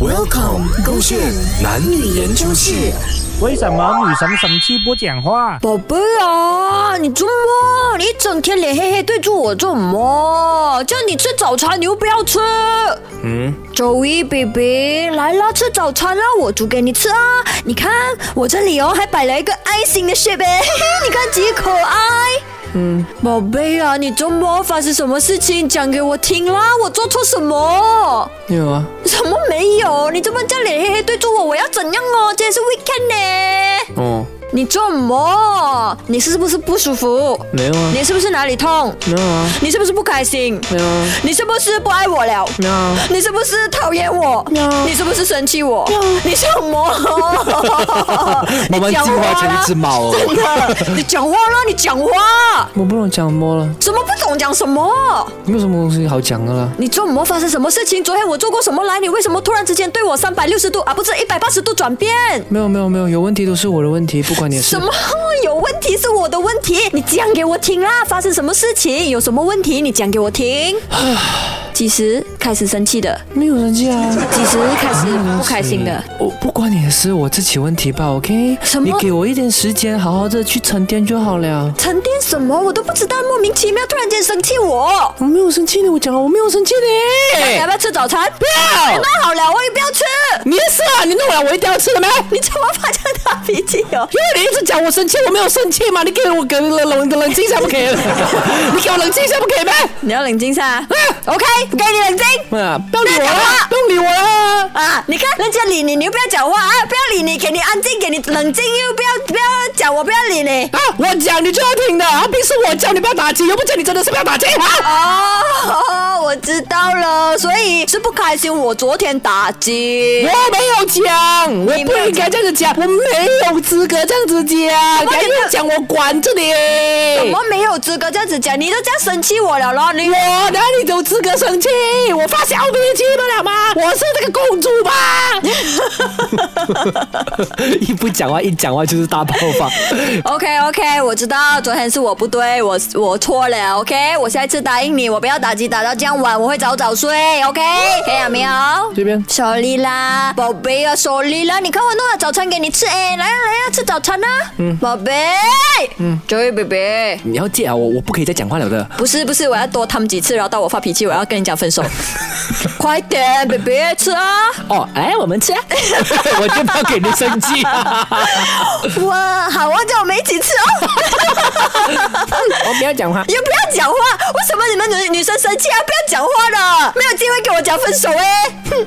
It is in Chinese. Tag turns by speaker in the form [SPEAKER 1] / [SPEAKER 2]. [SPEAKER 1] Welcome，勾线男女研究室。
[SPEAKER 2] 为什么女神生气不讲话？
[SPEAKER 3] 宝贝啊，你做么？你一整天脸黑黑对住我做么？叫你吃早餐，你又不要吃。嗯，周一 baby 来啦，吃早餐啦，我煮给你吃啊。你看我这里哦，还摆了一个爱心的 shape，哎嘿 嘿你看几可爱。嗯，宝贝啊，你周末发生什么事情讲给我听啦？我做错什么？
[SPEAKER 4] 有啊，
[SPEAKER 3] 什么没有？你这么叫脸黑黑对住我，我要怎样哦？今天是 weekend 呢。
[SPEAKER 4] 哦，
[SPEAKER 3] 你做么？你是不是不舒服？
[SPEAKER 4] 没有啊，
[SPEAKER 3] 你是不是哪里痛？
[SPEAKER 4] 没有啊，
[SPEAKER 3] 你是不是不开心？
[SPEAKER 4] 没有啊，
[SPEAKER 3] 你是不是不爱我了？
[SPEAKER 4] 没有啊，
[SPEAKER 3] 你是不是讨厌我？
[SPEAKER 4] No
[SPEAKER 3] 你是不是生气我？你什么？
[SPEAKER 5] 慢慢
[SPEAKER 3] 你
[SPEAKER 5] 进
[SPEAKER 3] 讲
[SPEAKER 5] 化
[SPEAKER 3] 话
[SPEAKER 5] 成一
[SPEAKER 3] 啦
[SPEAKER 5] 只！猫哦。
[SPEAKER 3] 真的，你讲话啦！你讲话，
[SPEAKER 4] 我不懂讲什么了，
[SPEAKER 3] 什么不懂讲什么？
[SPEAKER 4] 没有什么东西好讲的啦。
[SPEAKER 3] 你做么发生什么事情？昨天我做过什么来？你为什么突然之间对我三百六十度啊？不是一百八十度转变？
[SPEAKER 4] 没有没有没有，有问题都是我的问题，不关你的事
[SPEAKER 3] 什。么有问题是我的问题？你讲给我听啦！发生什么事情？有什么问题？你讲给我听。几时开始生气的？
[SPEAKER 4] 没有生气啊，
[SPEAKER 3] 几时开始不开心的？
[SPEAKER 4] 我不关你的事，我自己问题吧，OK？
[SPEAKER 3] 什么
[SPEAKER 4] 你给我一点时间，好好的去沉淀就好了。
[SPEAKER 3] 沉淀什么？我都不知道，莫名其妙突然间生气我。
[SPEAKER 4] 我没有生气的，我讲了我没有生气
[SPEAKER 3] 你要
[SPEAKER 4] 的。
[SPEAKER 3] 不要吃早餐？哎不要。那好了，我也不要吃。
[SPEAKER 4] 你也是啊，你弄了我一定要吃的没？
[SPEAKER 3] 你怎么发这样大脾气哦？
[SPEAKER 4] 因为你一直讲我生气，我没有生气嘛，你给我给冷冷冷静一下不可以？你给我冷静一下不可以吗？
[SPEAKER 3] 你要冷静下。OK，不给你冷静。
[SPEAKER 4] 啊，不要理我啦，不要理我啦。
[SPEAKER 3] 啊！你看人家理你，你又不要讲话啊！不要理你，给你安静，给你冷静，又不要不要讲，我不要理你。
[SPEAKER 4] 啊，我讲你就要听的，啊，平时我教你不要打击，又不叫你真的是不要打击啊！
[SPEAKER 3] 哦，我知道了，所以是不开心。我昨天打击，
[SPEAKER 4] 我没有讲，我
[SPEAKER 3] 你没有
[SPEAKER 4] 不应该这样子讲，我没有资格这样子讲，
[SPEAKER 3] 么
[SPEAKER 4] 赶
[SPEAKER 3] 可
[SPEAKER 4] 紧
[SPEAKER 3] 能
[SPEAKER 4] 讲我管着你。
[SPEAKER 3] 我没有资格这样子讲，你都这样生气我了咯，你。
[SPEAKER 4] 我哪里有资格生气？我发小脾气不了吗？我是这个公主吧？
[SPEAKER 5] 一不讲话，一讲话就是大爆发。
[SPEAKER 3] OK OK，我知道昨天是我不对，我我错了。OK，我下一次答应你，我不要打击打到这样晚，我会早早睡。OK，可以了没有？
[SPEAKER 4] 这边
[SPEAKER 3] sorry 啦，宝贝啊，sorry 啦，你看我弄了早餐给你吃，哎，来呀、来呀、吃早餐啦、嗯，宝贝，嗯，Joy baby，
[SPEAKER 5] 你要戒啊，我我不可以再讲话了的。
[SPEAKER 3] 不是不是，我要多他们几次，然后到我发脾气，我要跟你讲分手，快点，baby 吃啊！
[SPEAKER 5] 哦，哎，我们吃、啊，我就不要给你生气、
[SPEAKER 3] 哇，好啊，叫我们一起吃哦。
[SPEAKER 4] 我不要讲话。
[SPEAKER 3] 也不要讲话，啊为什么你们女女生生气还不要讲话呢？没有机会给我讲分手哎、哼